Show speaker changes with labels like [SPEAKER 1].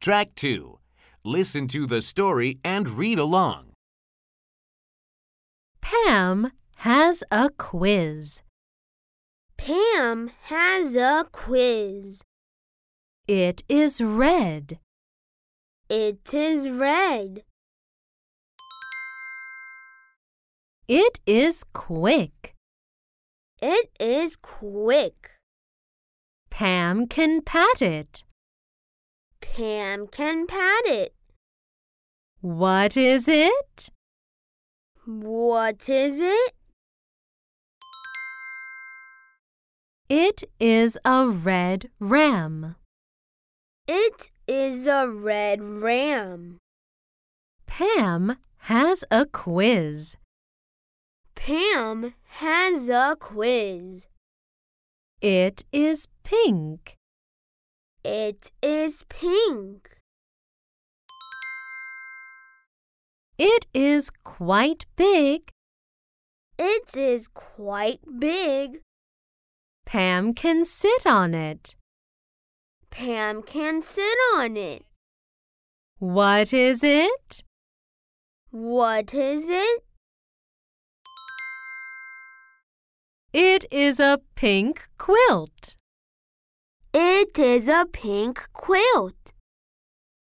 [SPEAKER 1] Track 2. Listen to the story and read along.
[SPEAKER 2] Pam has a quiz.
[SPEAKER 3] Pam has a quiz.
[SPEAKER 2] It is red.
[SPEAKER 3] It is red.
[SPEAKER 2] It is quick.
[SPEAKER 3] It is quick.
[SPEAKER 2] Pam can pat it.
[SPEAKER 3] Pam can pat it.
[SPEAKER 2] What is it?
[SPEAKER 3] What is it?
[SPEAKER 2] It is a red ram.
[SPEAKER 3] It is a red ram.
[SPEAKER 2] Pam has a quiz.
[SPEAKER 3] Pam has a quiz.
[SPEAKER 2] It is pink.
[SPEAKER 3] It is pink.
[SPEAKER 2] It is quite big.
[SPEAKER 3] It is quite big.
[SPEAKER 2] Pam can sit on it.
[SPEAKER 3] Pam can sit on it.
[SPEAKER 2] What is it?
[SPEAKER 3] What is it?
[SPEAKER 2] It is a pink quilt.
[SPEAKER 3] It is a pink quilt.